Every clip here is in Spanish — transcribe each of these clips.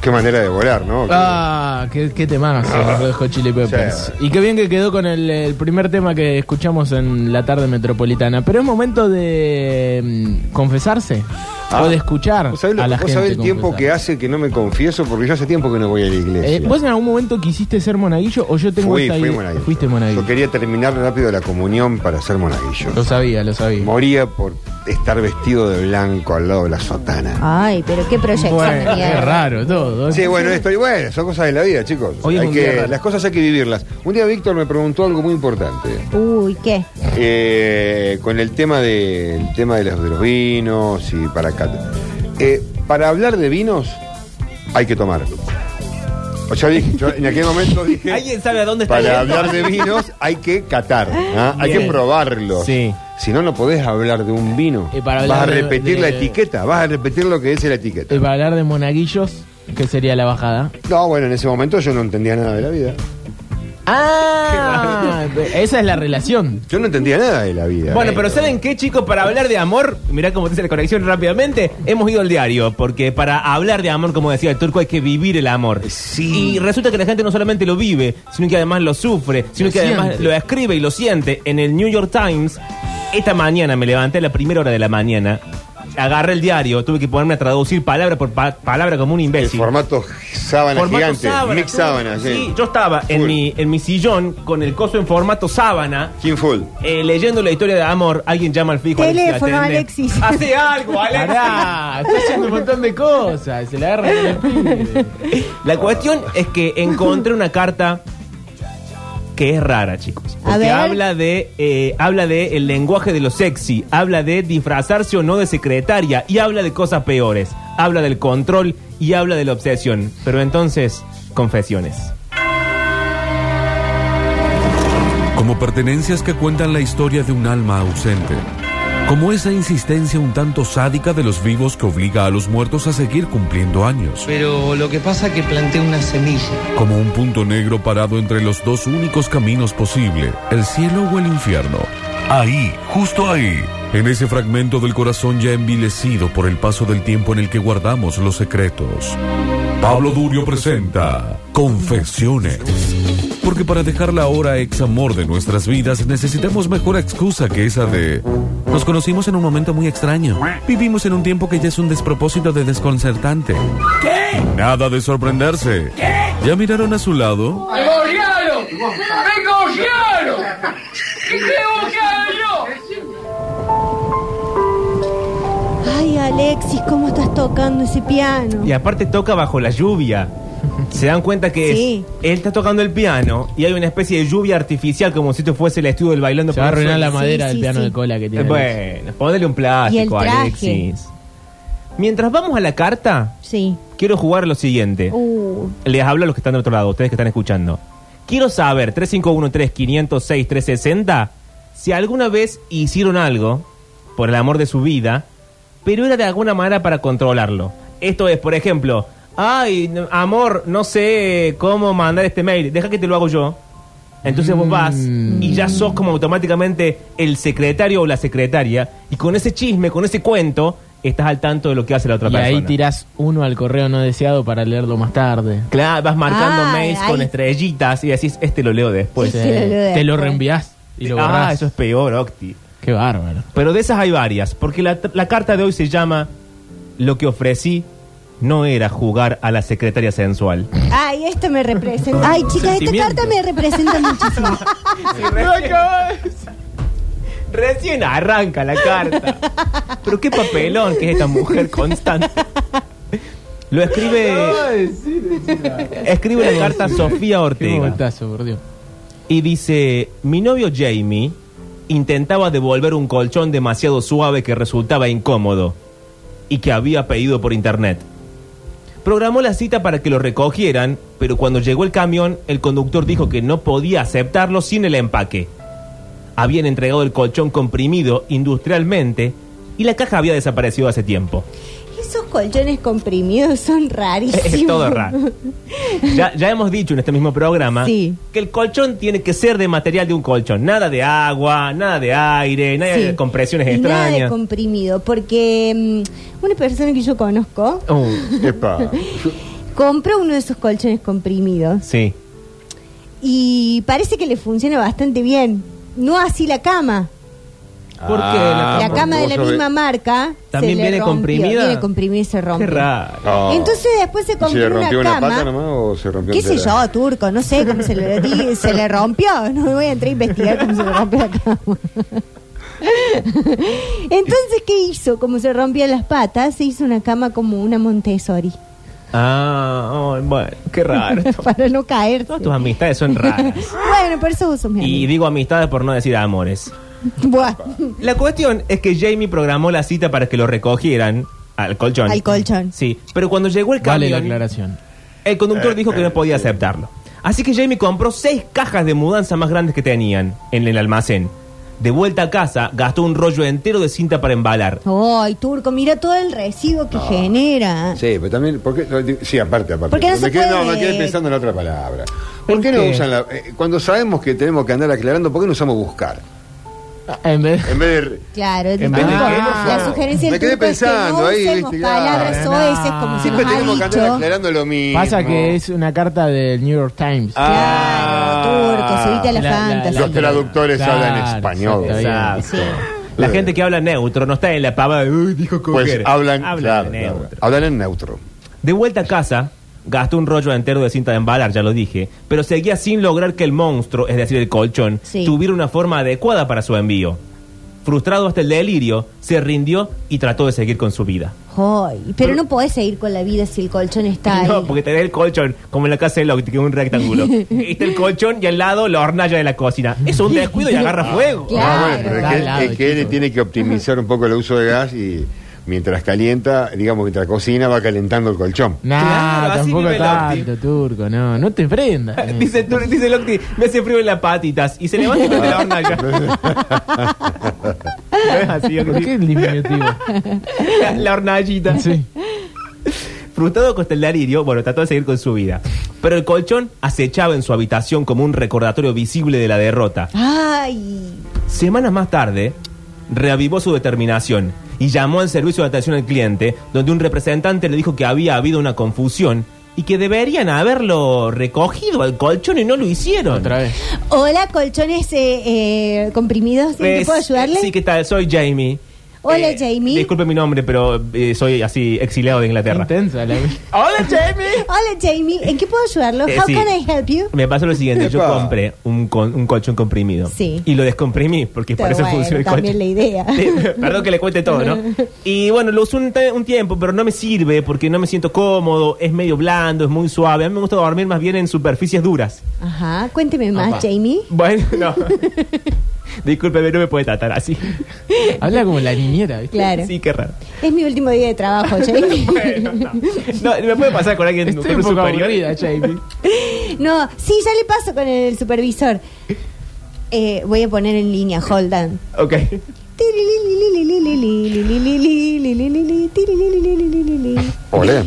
Qué manera de volar, ¿no? Ah, qué, qué temazo, Ah. los Hot Chili Peppers. Y qué bien que quedó con el, el primer tema que escuchamos en la tarde metropolitana. Pero es momento de mm, confesarse Ah. o de escuchar ¿Vos sabés, lo- a la vos gente. sabés el tiempo que confesar. hace que no me confieso? Porque yo hace tiempo que no voy a la iglesia. Eh, ¿Vos en algún momento quisiste ser monaguillo o yo tengo Fui, esta fui idea- monaguillo. Fuiste monaguillo. Yo quería terminar rápido la comunión para ser monaguillo. Lo sabía, lo sabía. Moría por estar vestido de blanco al lado de la Ah, sotana. Ay, pero qué proyección Bueno, de qué mierda. raro todo. Sí, bueno, esto y bueno, son cosas de la vida, chicos. Hoy es Hay un que- día raro. las cosas hay que vivirlas. Un día Víctor me preguntó algo muy importante. Uy, ¿qué? Eh, con el tema de el tema de los, de los vinos y para acá. Eh, para hablar de vinos hay que tomar. O sea, dije, yo en aquel momento dije. ¿Alguien sabe a dónde está Para yendo? hablar de vinos hay que catar, ¿ah? hay que Bien. probarlos. Sí. Si no, no podés hablar de un vino. Y para vas a hablar de- repetir la de- etiqueta, vas a repetir lo que dice la etiqueta. Y Eh, para hablar de monaguillos, ¿qué sería la bajada? No, bueno, en ese momento yo no entendía nada de la vida. Ah, esa es la relación. Yo no entendía nada de la vida. Eh, Bueno, pero ¿saben qué, chicos? Para hablar de amor, mirá cómo te hace la conexión rápidamente, hemos ido al diario, porque para hablar de amor, como decía el turco, hay que vivir el amor. Sí. Y resulta que la gente no solamente lo vive, sino que además lo sufre, sino Lo que además siente. lo escribe y lo siente. En el New York Times, esta mañana me levanté a la primera hora de la mañana, agarré el diario, tuve que ponerme a traducir palabra por pa- palabra como un El imbécil. formato sábana Formato gigante, sábana, mix tú. sábana. Sí, Sí, yo estaba en Full. mi, en mi sillón con el coso en formato sábana. King Full. Eh, leyendo la historia de amor, alguien llama al fijo. Teléfono, Alexis, Alexis. atende. Hace algo, Alexis. Pará, está haciendo un montón de cosas. Se la agarra con el pibe. La cuestión es que encontré una carta que es rara, chicos. A Porque ver. habla de eh, habla de el lenguaje de lo sexy, habla de disfrazarse o no de secretaria y habla de cosas peores. Habla del control y habla de la obsesión. Pero entonces, confesiones. como pertenencias que cuentan la historia de un alma ausente, como esa insistencia un tanto sádica de los vivos que obliga a los muertos a seguir cumpliendo años, Pero lo que pasa es que planté una semilla. como un punto negro parado entre los dos únicos caminos posible, el cielo o el infierno. Ahí, justo ahí, en ese fragmento del corazón ya envilecido por el paso del tiempo en el que guardamos los secretos. Pablo Durio presenta Confesiones. Porque para dejar la hora ex amor de nuestras vidas necesitamos mejor excusa que esa de nos conocimos en un momento muy extraño. Vivimos en un tiempo que ya es un despropósito de desconcertante. ¿Qué? Nada de sorprenderse. ¿Qué? ¿Ya miraron a su lado? ¡Negociaron! ¡Negociaron! ¿Qué tengo que hacer yo? Ay, Alexis, ¿cómo estás tocando ese piano? Y aparte toca bajo la lluvia. Se dan cuenta que es- Sí. él está tocando el piano y hay una especie de lluvia artificial como si esto fuese el estudio del bailando. Se va a por el arruinar Sol. la Sí, madera del sí, piano sí. de cola que Eh, tiene. Bueno, ponele un Y el plástico, traje. Alexis. Mientras vamos a la carta, Sí. quiero jugar lo siguiente. Uh, Les hablo a los que están del otro lado, ustedes que están escuchando. Quiero saber, 351-3506-360, si alguna vez hicieron algo por el amor de su vida, pero era de alguna manera para controlarlo. Esto es, por ejemplo, ay, n- amor, no sé cómo mandar este mail, deja que te lo hago yo. Entonces vos vas y ya sos como automáticamente el secretario o la secretaria, y con ese chisme, con ese cuento, estás al tanto de lo que hace la otra Y persona. ahí tirás uno al correo no deseado para leerlo más tarde. Claro, vas marcando Ah, mails con ahí. estrellitas y decís, este lo leo después. Sí, te lo leo Te lo después. reenviás y lo borrás. ah, eso es peor, Octi. Qué bárbaro. Pero de esas hay varias, porque la, la carta de hoy se llama Lo que ofrecí no era jugar a la secretaria sensual. ay, esto me representa. Ay, chicas, esta Sentimiento. carta me representa muchísimo. Recién arranca la carta. Pero qué papelón que es esta mujer constante. Lo escribe, escribe la carta Qué Sofía Ortega. momentazo, por Dios. Y dice, mi novio Jamie intentaba devolver un colchón demasiado suave que resultaba incómodo y que había pedido por internet. Programó la cita para que lo recogieran, pero cuando llegó el camión, el conductor dijo que no podía aceptarlo sin el empaque. Habían entregado el colchón comprimido industrialmente y la caja había desaparecido hace tiempo. Esos colchones comprimidos son rarísimos. Es todo raro. Ya, ya hemos dicho en este mismo programa Sí. que el colchón tiene que ser de material de un colchón. Nada de agua, nada de aire, nada Sí. de compresiones Y nada de extrañas. Oh, comprimido, porque mm, una persona que yo conozco Uh, Epa. Compró uno de esos colchones comprimidos Sí. y parece que le funciona bastante bien. No así la cama. ¿Por qué? La la Ah, porque cama de vos la sabés- misma marca. se ¿También le viene rompió. comprimida? Viene comprimida y se rompe. Qué raro. No. Entonces después se ¿Se Oh. le compró rompió una, una cama. pata nomás o se rompió ¿Qué sé entera? yo, turco? No sé cómo se le, di- se le rompió. No me voy a entrar a investigar cómo se le rompió la cama. Entonces, ¿qué hizo? Como se rompían las patas, se hizo una cama como una Montessori. Ah, ay, bueno, qué raro. Para no caer. Todas tus amistades son raras. Bueno, por eso vos sos mi Y amigo. digo amistades por no decir amores. Buah, La cuestión es que Jamie programó la cita para que lo recogieran al colchón. Al colchón. Sí, pero cuando llegó el Vale camión, la aclaración. el Eh, conductor dijo que no podía aceptarlo. Así que Jamie compró seis cajas de mudanza más grandes que tenían en el almacén. De vuelta a casa, gastó un rollo entero de cinta para embalar. Ay, turco, mira todo el recibo Ah. que genera. Sí, pero también, ¿por qué? Sí, aparte, aparte. Porque no me se quedé, puede. no, me quedé pensando en la otra palabra. ¿Por ¿En qué no qué? usan la... eh, cuando sabemos que tenemos que andar aclarando, ¿por qué no usamos buscar? En vez En vez de... Claro, el En vez turco, de qué, por la favor. sugerencia Me del quedé turco es que pensando no ahí, usemos viste, claro. palabras No. oeces como se Siempre nos ha tenemos que andar dicho. aclarando lo mismo. Ah. Pasa que es una carta del New York Times. Claro, turco, subite a la, La- la- fantasy. Los traductores Claro, hablan español. exacto, bien. Exacto. Ah, La gente que habla neutro no está en la pava de, uy, dijo Pues coger. hablan, Hablan claro, neutro. claro, hablan en neutro. De vuelta a casa, gastó un rollo entero de cinta de embalar, ya lo dije, pero seguía sin lograr que el monstruo, es decir, el colchón, Sí. tuviera una forma adecuada para su envío. Frustrado hasta el delirio, se rindió y trató de seguir con su vida. Ay, pero no podés seguir con la vida si el colchón está ahí. No, porque tenés el colchón, como en la casa de Locke, que es un rectángulo. Está el colchón y al lado la hornalla de la cocina. Es un descuido y agarra fuego. Claro. Ah, bueno, pero es Está que, al lado, es que él chico. tiene que optimizar un poco el uso de gas y mientras calienta, digamos, mientras cocina, va calentando el colchón. No, Claro, así tampoco vive tanto, Locti. turco, no, no te eh. prendas. en Dice, eso. tú- dice Locke, me hace frío en las patitas y se levanta y prende la hornalla. ¿No es así, ¿Por Locti? qué el diminutivo? la, la hornallita. Sí. Frustrado con el delirio, bueno, trató de seguir con su vida. Pero el colchón acechaba en su habitación como un recordatorio visible de la derrota. Ay, Semanas más tarde, reavivó su determinación y llamó al servicio de atención al cliente, donde un representante le dijo que había habido una confusión y que deberían haberlo recogido al colchón y no lo hicieron. Otra vez. hola, colchones eh, eh, comprimidos. ¿Sí? ¿Te Es- eh, puedo ayudarle? Pues, Sí, ¿qué tal? Soy Jamie. Eh, Hola, Jamie. Disculpe mi nombre, pero eh, soy así exiliado de Inglaterra. Intensa la vida. Hola, Jamie. Hola, Jamie. ¿En qué puedo ayudarlo? Eh, How sí. can I help you? Me pasó lo siguiente, yo Epa. compré un, con- un colchón comprimido. Sí. Y lo descomprimí, porque Pero por eso bueno, funciona el también colchón. la idea. Sí, Perdón que le cuente todo, ¿no? Y bueno, lo usé un, te- un tiempo, pero no me sirve porque no me siento cómodo, es medio blando, es muy suave. A mí me gusta dormir más bien en superficies duras. Ajá, cuénteme más, Opa. Jamie. Bueno, no. Discúlpeme, no me puede tratar así. Habla como la niñera, ¿viste? Claro. Sí, qué raro. Es mi último día de trabajo, Jamie. Bueno, no. No, me puede pasar con alguien Estoy con un poco superior. aburrida, Jamie. No, sí, ya le paso con el supervisor. Eh, voy a poner en línea, hold on. Ok. Ole. Hola,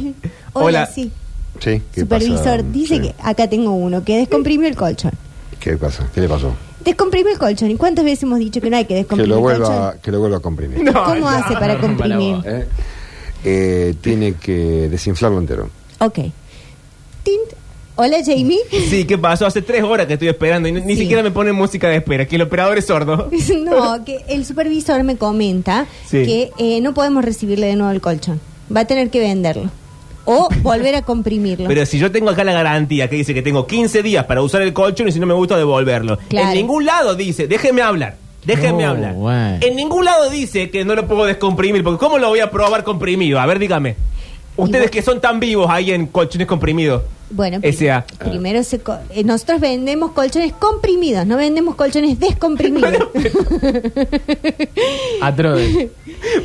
Hola. sí. Sí, ¿qué Supervisor, pasa? dice Sí. que acá tengo uno, que descomprimió el colchón. ¿Qué pasa? ¿Qué le pasó? Descomprimió el colchón. ¿Y cuántas veces hemos dicho que no hay que Que descomprimir lo, el vuelva, colchón? que lo vuelva a comprimir. ¿Cómo hace para rompa la comprimir? bola. ¿eh? Eh, tiene que desinflarlo entero. Ok. Tint. Hola, Jamie. Sí, ¿qué pasó? Hace tres horas que estoy esperando y ni, ni Sí. siquiera me ponen música de espera, que el operador es sordo. No, que el supervisor me comenta Sí. que eh, no podemos recibirle de nuevo el colchón. Va a tener que venderlo. O volver a comprimirlo. Pero si yo tengo acá la garantía que dice que tengo 15 días para usar el colchón y si no me gusta devolverlo. Claro. Oh, En ningún lado dice, déjeme hablar, déjeme No, hablar. bueno. En ningún lado dice que no lo puedo descomprimir, porque ¿cómo lo voy a probar comprimido? A ver, dígame. Ustedes vos- que son tan vivos ahí en colchones comprimidos. Bueno, S.A. pri- primero se co- eh, nosotros vendemos colchones comprimidos, no vendemos colchones descomprimidos. Atrodes.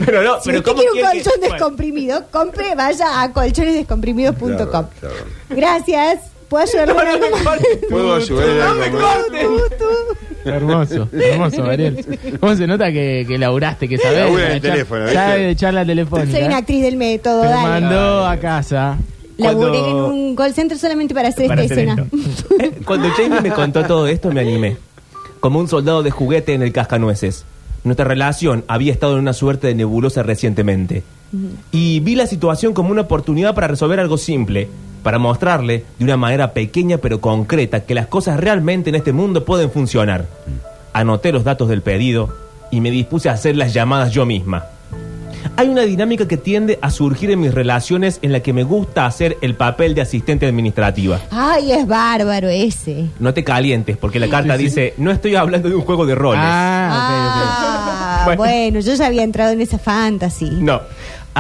Pero no, si pero usted ¿cómo quiere un quiere que- colchón bueno. descomprimido, compre, vaya a colchonesdescomprimidos.com. Claro, claro. Gracias. ¿Puedo ayudarle? No, no me cortes. Puedo ayudar en No algo me más. cortes. hermoso, hermoso, Ariel. ¿Cómo se nota que, que laburaste, que sabes? Labura en el teléfono, ¿viste? Sabe de charla telefónica. Soy una actriz del método, Te dale. mandó a casa. Laburé en Cuando- un call center solamente para hacer para esta hacer escena. esto. Eh, Cuando Jamie me contó todo esto, me animé. Como un soldado de juguete en el cascanueces. Nuestra relación había estado en una suerte de nebulosa recientemente. Y vi la situación como una oportunidad para resolver algo simple. para mostrarle de una manera pequeña pero concreta que las cosas realmente en este mundo pueden funcionar. Anoté los datos del pedido y me dispuse a hacer las llamadas yo misma. Hay una dinámica que tiende a surgir en mis relaciones en la que me gusta hacer el papel de asistente administrativa. Ay, es bárbaro ese. No te calientes, porque la carta dice, no estoy hablando de un juego de roles. Ah, ok, ok. Ah, Bueno. bueno. yo ya había entrado en esa fantasy. No. Ya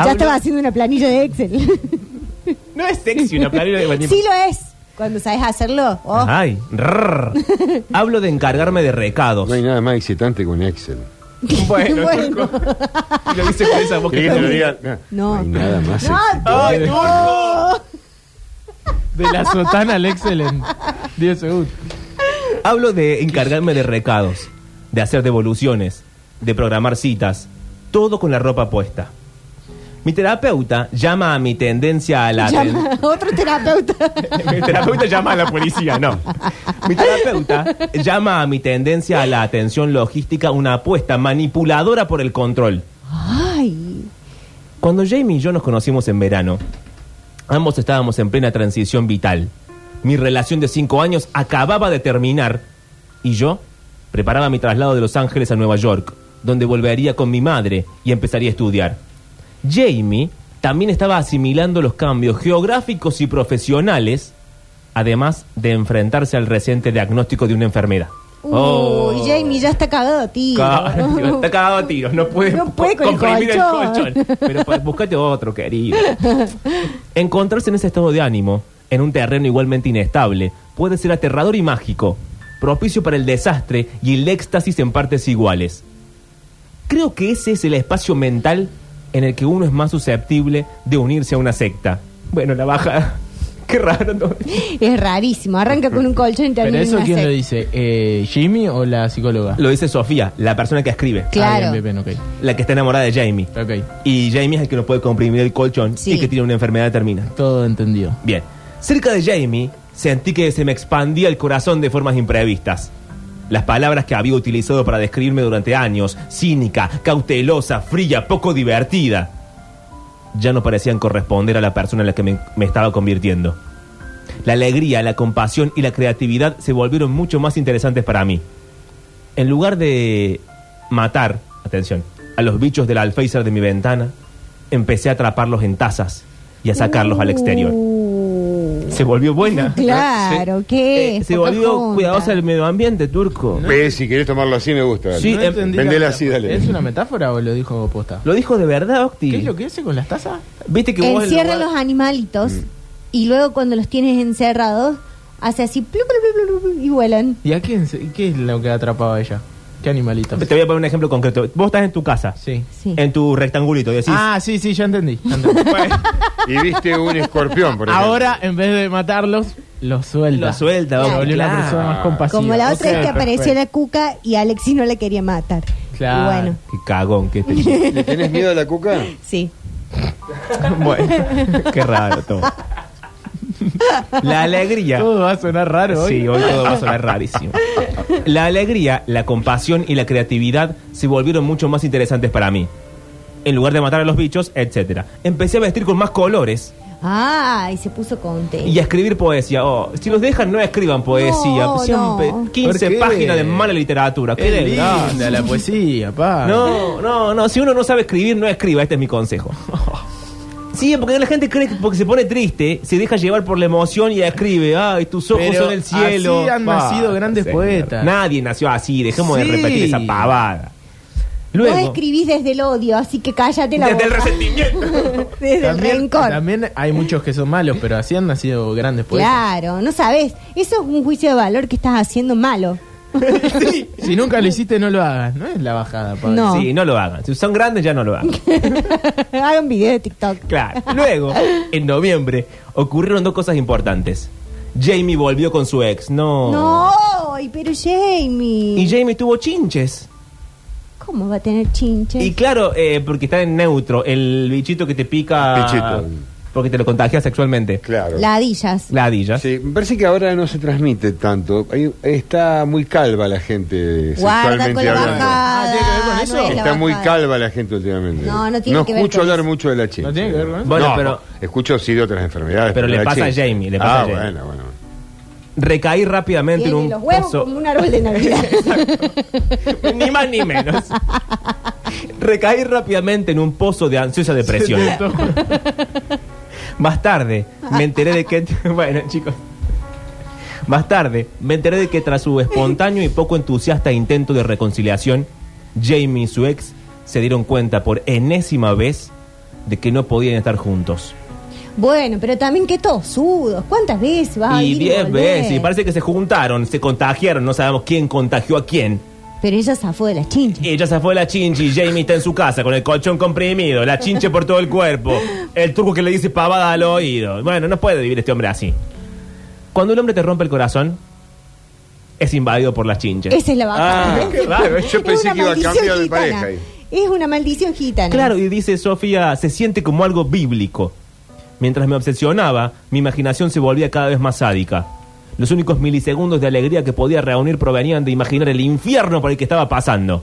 Hablo- estaba haciendo una planilla de Excel. No es sexy una planilla de sí lo es. Cuando sabes hacerlo. oh. Ay, rrr. Hablo de encargarme de recados. No hay nada más excitante que un Excel. Bueno, Bueno. Turco. Y lo dice con esa voz que lo está- No. hay nada más. No, Ay, Turco. De la sotana al excelente. 10 segundos. Hablo de encargarme de recados, de hacer devoluciones, de programar citas, todo con la ropa puesta. Mi terapeuta llama a mi tendencia a la aten- Llama a otro terapeuta. Mi terapeuta llama a la policía, no. Mi terapeuta llama a mi tendencia a la atención logística una apuesta manipuladora por el control. Ay. Cuando Jamie y yo nos conocimos en verano, ambos estábamos en plena transición vital. Mi relación de cinco años acababa de terminar y yo preparaba mi traslado de Los Ángeles a Nueva York, donde volvería con mi madre y empezaría a estudiar. Jamie también estaba asimilando los cambios geográficos y profesionales, además de enfrentarse al reciente diagnóstico de una enfermedad. Uy, Jamie ya está cagado, tío. Ca- Oh. Está cagado a tiros, no puede, No puede con el comprimir el colchón. colchón. Pero pues, buscate otro, querido. Encontrarse en ese estado de ánimo, en un terreno igualmente inestable, puede ser aterrador y mágico, propicio para el desastre y el éxtasis en partes iguales. Creo que ese es el espacio mental en el que uno es más susceptible de unirse a una secta. Bueno, la baja. Qué raro, ¿no? Es rarísimo. Arranca con un colchón y ¿Pero termina en eso una quién lo secta. dice? Eh, ¿Jimmy o la psicóloga? Lo dice Sofía, la persona que escribe, Claro. Ah, bien, bien, bien, la que está enamorada de Jamie. ok. Ok. Y Jamie es el que no puede comprimir el colchón Sí. y que tiene una enfermedad terminal. Todo entendido. Bien, cerca de Jamie sentí que se me expandía el corazón de formas imprevistas. Las palabras que había utilizado para describirme durante años, cínica, cautelosa, fría, poco divertida, ya no parecían corresponder a la persona en la que me, me estaba convirtiendo. La alegría, la compasión y la creatividad se volvieron mucho más interesantes para mí. En lugar de matar, atención, a los bichos del alféizar de mi ventana, empecé a atraparlos en tazas y a sacarlos al exterior. Uh, Se volvió buena. Claro, Sí. ¿qué? se volvió Pocahontas. cuidadosa del medio ambiente turco. Ve, si querés tomarlo así, me gusta. Sí, em- vendela así, dale. ¿Es una metáfora o lo dijo posta? Lo dijo de verdad, Octi. ¿Qué es lo que hace con las tazas? Viste que vos en Encierra lugar- los animalitos y luego cuando los tienes encerrados, hace así plup, plup, plup, plup, plup, y vuelan. ¿Y a quién? se- y ¿Qué es lo que atrapaba ella? ¿Qué animalito? Te voy a poner un ejemplo concreto. Vos estás en tu casa, Sí. Sí. en tu rectangulito, y decís, Ah, sí, sí, ya entendí. ya entendí. Y viste un escorpión, por ejemplo. Ahora, en vez de matarlos, los suelta. Lo suelta, Se vamos, volvió una claro. persona más compasiva. Como la otra Ok, vez que apareció la cuca y Alexis no la quería matar. Claro. Y bueno, qué cagón que este. ¿Le tenés miedo a la cuca? sí. bueno, qué raro todo. La alegría. Todo va a sonar raro hoy. Sí, hoy todo va a sonar rarísimo. La alegría, la compasión y la creatividad se volvieron mucho más interesantes para mí. En lugar de matar a los bichos, etc. Empecé a vestir con más colores Ah, y se puso contento. y a escribir poesía. Oh, si los dejan, no escriban poesía. No, Siempre no. 15 ¿Por qué? páginas de mala literatura. Qué Qué delgado. linda la poesía, pa. No, no, no. Si uno no sabe escribir, no escriba. Este es mi consejo. Sí, porque la gente cree que porque se pone triste, se deja llevar por la emoción y escribe, ay, tus ojos Pero son el cielo. así han nacido grandes poetas. Nadie nació así, dejemos Sí. de repetir esa pavada. Luego, Vos escribís desde el odio, así que cállate la desde el boca. resentimiento. Desde el También, rencor. también hay muchos que son malos, pero así han nacido grandes poetas. Claro, no sabes. Eso es un juicio de valor que estás haciendo malo. Si nunca lo hiciste, no lo hagas. No es la bajada, pa. No. Sí, no lo hagan. Si son grandes, ya no lo hagan. Hagan video de TikTok. Claro. Luego, en noviembre, ocurrieron dos cosas importantes. Jamie volvió con su ex, no. No, y pero Jamie. Y Jamie tuvo chinches. ¿Cómo va a tener chinches? Y claro, eh, porque está en neutro, el bichito que te pica. Bichito. porque te lo contagias sexualmente. Claro. Ladillas. La Ladilla. Sí, me parece que ahora no se transmite tanto. Ahí Está muy calva la gente Guarda sexualmente con la hablando. bajada. Ah, ¿tiene que ver con no eso? es la Está muy bajada. calva la gente últimamente. No, no tiene que ver escucho con hablar eso. mucho de la chica. No tiene que ver con eso. Bueno, No, pero- Escucho sí de otras enfermedades. Pero le la pasa a chica. Jamie, le pasa ah, a Jamie. bueno, bueno. Recaí rápidamente en Tiene un los huevos pozo- como un árbol de Navidad. ni más ni menos. Recaí rápidamente en un pozo de ansiosa depresión. Más tarde, me enteré de que... Bueno, chicos. Más tarde, me enteré de que tras su espontáneo y poco entusiasta intento de reconciliación, Jamie y su ex se dieron cuenta por enésima vez de que no podían estar juntos. bueno, pero también qué tosudos. ¿Cuántas veces vas a y ir diez volver? veces, y parece que se juntaron, se contagiaron, no sabemos quién contagió a quién. Pero ella zafó de las chinchas. Ella se fue la chinchi, Jamie está en su casa con el colchón comprimido, la chinche por todo el cuerpo, el turco que le dice pavada al oído. Bueno, no puede vivir este hombre así. Cuando un hombre te rompe el corazón, es invadido por las chinches. Esa es la vaca. eh. Ah, qué raro. Yo pensé una que iba a maldición cambiar de gitana. pareja ahí. Es una maldición gitana. Claro, y dice Sofía, se siente como algo bíblico. Mientras me obsesionaba, mi imaginación se volvía cada vez más sádica. Los únicos milisegundos de alegría que podía reunir provenían de imaginar el infierno por el que estaba pasando.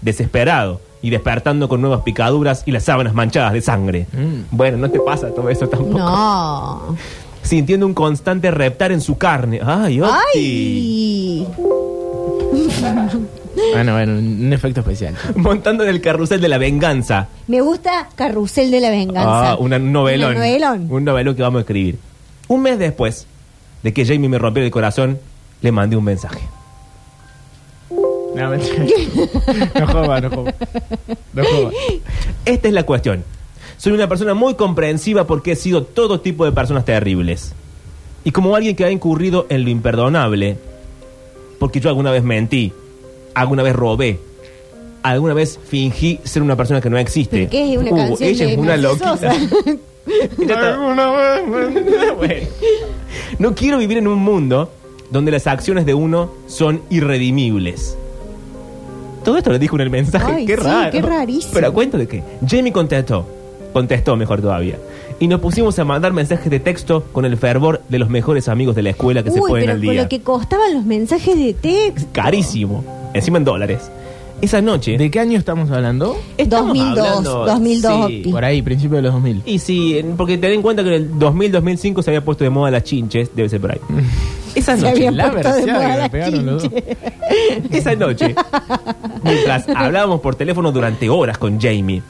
Desesperado y despertando con nuevas picaduras y las sábanas manchadas de sangre. Bueno, no te pasa todo eso tampoco. No. Sintiendo un constante reptar en su carne. ¡Ay, Octi! Ay. Bueno, Ah, bueno, un efecto especial. Montando en el carrusel de la venganza. Me gusta Carrusel de la Venganza. Ah, una- un novelón. Un novelón. Un novelón que vamos a escribir. Un mes después de que Jamie me rompiera el corazón, le mandé un mensaje. No, mentira. No joda, no joda. No joda. Esta es la cuestión. Soy una persona muy comprensiva porque he sido todo tipo de personas terribles. Y como alguien que ha incurrido en lo imperdonable, porque yo alguna vez mentí, alguna vez robé, alguna vez fingí ser una persona que no existe. ¿Pero qué es una Uh, canción? Ella de es una Mercedes loquita. Sosa? Ella está- Bueno. No quiero vivir en un mundo donde las acciones de uno son irredimibles. Todo esto lo dijo en el mensaje. Ay, qué sí, raro. qué rarísimo. Pero a cuento de qué. Jamie contestó. Contestó mejor todavía. Y nos pusimos a mandar mensajes de texto con el fervor de los mejores amigos de la escuela que se Uy, pueden pero al con día. lo que costaban los mensajes de texto. Carísimo. Encima en dólares. Esa noche. ¿De qué año estamos hablando? estamos 2002, hablando- 2002, Sí. Octi. Por ahí, principio de los 2000. Y sí, en- porque ten en cuenta que en el 2000-2005 se había puesto de moda las chinches, debe ser por ahí. Esa Se noche, habían la puesto de versión que moda le las pegaron los dos. chinches. esa noche, mientras hablábamos por teléfono durante horas con Jamie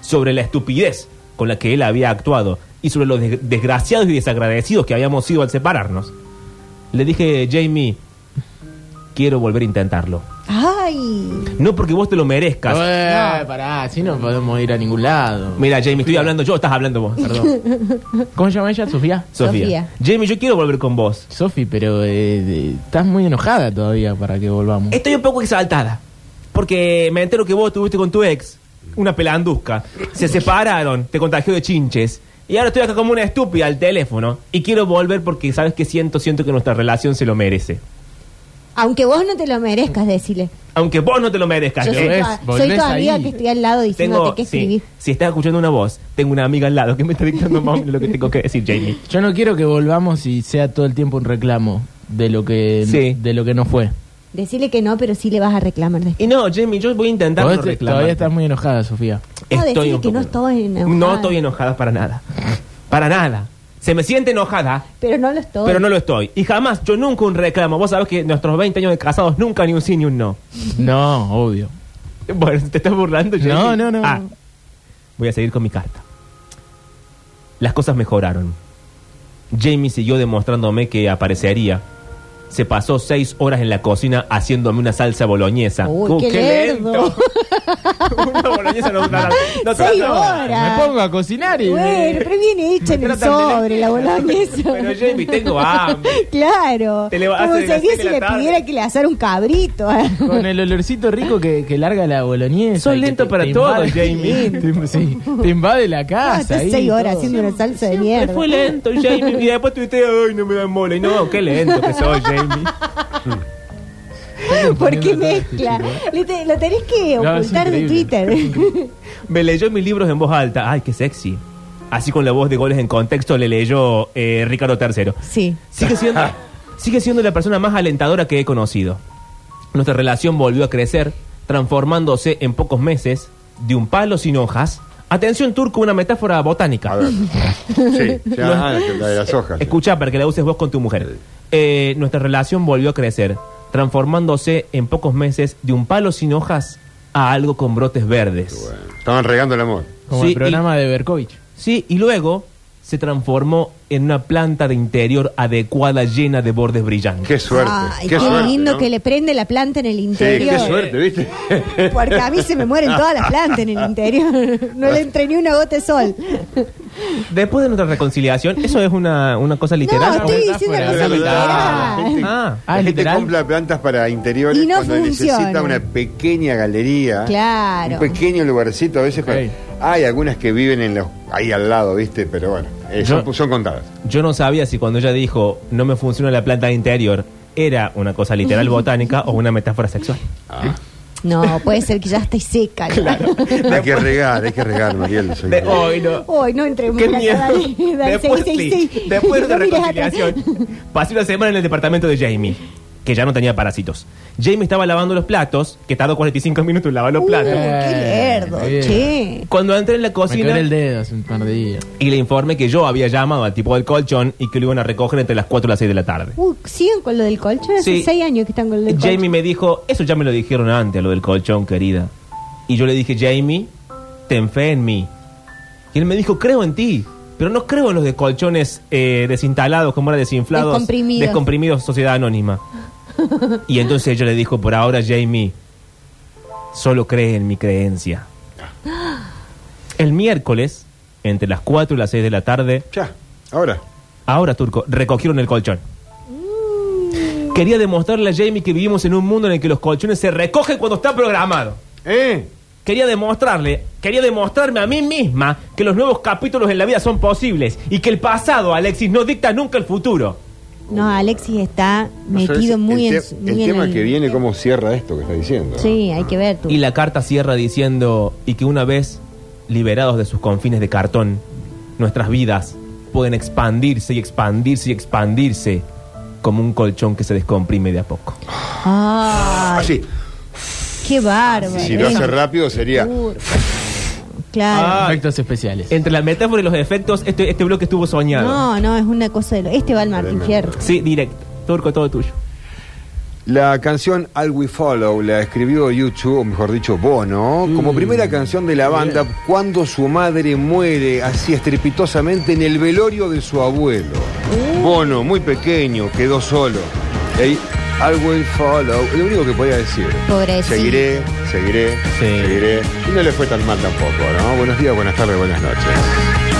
sobre la estupidez con la que él había actuado y sobre los des- desgraciados y desagradecidos que habíamos sido al separarnos, le dije, Jamie, quiero volver a intentarlo. Ay. No porque vos te lo merezcas. Eh, pará, así no podemos ir a ningún lado. Mira, Jamie, estoy hablando yo, estás hablando vos, perdón. ¿Cómo se llama ella? Sofía. Sofía. Sofía. Jamie, yo quiero volver con vos. Sofi, pero eh, de- estás muy enojada todavía para que volvamos. Estoy un poco exaltada. Porque me entero que vos estuviste con tu ex, una pelanduzca. Se separaron, te contagió de chinches. Y ahora estoy acá como una estúpida al teléfono. Y quiero volver porque sabes que siento, siento que nuestra relación se lo merece. Aunque vos no te lo merezcas, decirle. Aunque vos no te lo merezcas. Yo ¿eh? soy, volvés- tu- soy volvés tu amiga ahí. que estoy al lado diciéndote Tengo, que sí, escribir. si estás escuchando una voz, tengo una amiga al lado que me está dictando más o menos lo que tengo que decir, Jamie. Yo no quiero que volvamos y sea todo el tiempo un reclamo de lo que Sí. de lo que no fue. Decirle que no, pero sí le vas a reclamar después. Y no, Jamie, yo voy a intentar Todavía, no reclamar. todavía estás muy enojada, Sofía. No, Estoy decirle un que no poco- estoy enojada. No estoy enojada para nada. Para nada. Se me siente enojada Pero no lo estoy. Pero no lo estoy. Y jamás, yo nunca un reclamo. Vos sabés que nuestros 20 años de casados nunca ni un sí ni un no. No, obvio. Bueno, ¿te estás burlando? Jessy? No, no, no. Ah, voy a seguir con mi carta. Las cosas mejoraron. Jamie siguió demostrándome que aparecería. Se pasó seis horas en la cocina haciéndome una salsa boloñesa. Uy, Uh, qué lerdo. una boloñesa no, no, no, no Seis trataba. horas. Ah. Me pongo a cocinar y Bueno, pero viene hecha en el Tratan de sobre la boloñesa. Pero Jamie, tengo hambre. Claro. Te le va- Como hace de las sería seis si de la le tarde. pidiera que le asara un cabrito. ah, con el olorcito rico que, que larga la boloñesa. Sos y que lento para todo, invade- Jamie. Te, sí, te invade la Ah, casa. estás ahí, seis horas todo. haciendo una salsa de Siempre mierda. fue lento, Jamie. Y después tuviste, ay, no me dan mola. Y no, qué lento que soy, Jamie. ¿Por qué Poniendo mezcla? todo este Le te- lo tenés que No, es ocultar de increíble. Twitter. Me leyó mis libros en voz alta. Ay, qué sexy. así con la voz de goles en contexto, le leyó eh, Ricardo III. Sí. Sigue siendo, sigue siendo la persona más alentadora que he conocido. Nuestra relación volvió a crecer, transformándose en pocos meses de un palo sin hojas. Atención, turco, una metáfora botánica. A ver. Sí, ya, ah, la de las hojas. Escucha para que la uses vos con tu mujer. Eh, nuestra relación volvió a crecer, transformándose en pocos meses de un palo sin hojas a algo con brotes verdes. Bueno, estaban regando el amor. Como Sí, el programa de Berkovich. Sí, y luego se transformó en una planta de interior adecuada llena de bordes brillantes. Qué suerte. Ay, qué Ah, qué, suerte, lindo ¿no? que le prende la planta en el Sí, interior. qué suerte, ¿viste? Porque a mí se me mueren todas las plantas en el interior. No le entré ni una gota de sol. Después de nuestra reconciliación, eso es una, una cosa literal. una no, estoy metáfora, diciendo una una cosa La literal. gente, Ah, la ah, gente literal. compra plantas para interiores Y no cuando funciona. necesita una pequeña galería. Claro. Un pequeño lugarcito. A veces con- Ok. hay algunas que viven en los, ahí al lado, ¿viste? Pero bueno, eh, son, Yo- son contadas. Yo no sabía si cuando ella dijo no me funciona la planta de interior era una cosa literal botánica o una metáfora sexual. No, puede ser que ya esté seca. ¿no? Hay que regar, hay que regar, Mariel. soy- De- hoy no. Uy, no entremos. Qué en la miedo. cara, dale, dale, después, sí, sí, sí, sí. después de la No mires atrás. reconciliación, pasé una semana en el departamento de Jamie, que ya no tenía parásitos. Jamie estaba lavando los platos, que tardó 45 minutos en lavar los Uh, platos. qué lerdo, Eh, bien. che. Cuando entré en la Me quebré cocina el dedo hace un par de días. y le informé que yo había llamado al tipo del colchón y que lo iban a recoger entre las 4 y las 6 de la tarde. Uh, ¿Siguen con lo del colchón? Hace Sí. seis años que están con lo del colchón. Jamie me dijo, eso ya me lo dijeron antes, lo del colchón, querida. Y yo le dije, Jamie, ten fe en mí. Y él me dijo, creo en ti, pero no creo en los de colchones eh, desinstalados, como era desinflados. Descomprimidos. Descomprimidos, sociedad anónima. y entonces ella le dijo, por ahora, Jamie, solo cree en mi creencia. El miércoles, entre las 4 y las 6 de la tarde, Ya, ahora. Ahora, Turco, recogieron el colchón. Quería demostrarle a Jamie que vivimos en un mundo en el que los colchones se recogen cuando está programado. ¿Eh? Quería demostrarle, quería demostrarme a mí misma que los nuevos capítulos en la vida son posibles y que el pasado, Alexis, no dicta nunca el futuro. No, Alexis está No metido sabes muy el en te- su- El, muy en tema el- que viene, cómo cierra esto que está diciendo. ¿no? Sí, hay que ver tú. Y la carta cierra diciendo, y que una vez liberados de sus confines de cartón, nuestras vidas pueden expandirse y expandirse y expandirse como un colchón que se descomprime de a poco. Ay, Así. qué bárbaro. Ah, Si lo eh. hace rápido sería. Turco. Claro. Ah, Efectos especiales. Entre la metáfora y los efectos, este, este bloque estuvo soñado. no, no, es una cosa de lo. Este va al Martín Tremendo. Fierro. Sí, directo. Turco, todo tuyo. La canción All We Follow la escribió YouTube, o mejor dicho, Bono, como primera canción de la banda cuando su madre muere así estrepitosamente en el velorio de su abuelo. Bono, muy pequeño, quedó solo. Y ahí, All We Follow, lo único que podía decir. Pobrecito. Seguiré, seguiré, Sí. seguiré. Y no le fue tan mal tampoco, ¿no? Buenos días, buenas tardes, buenas noches.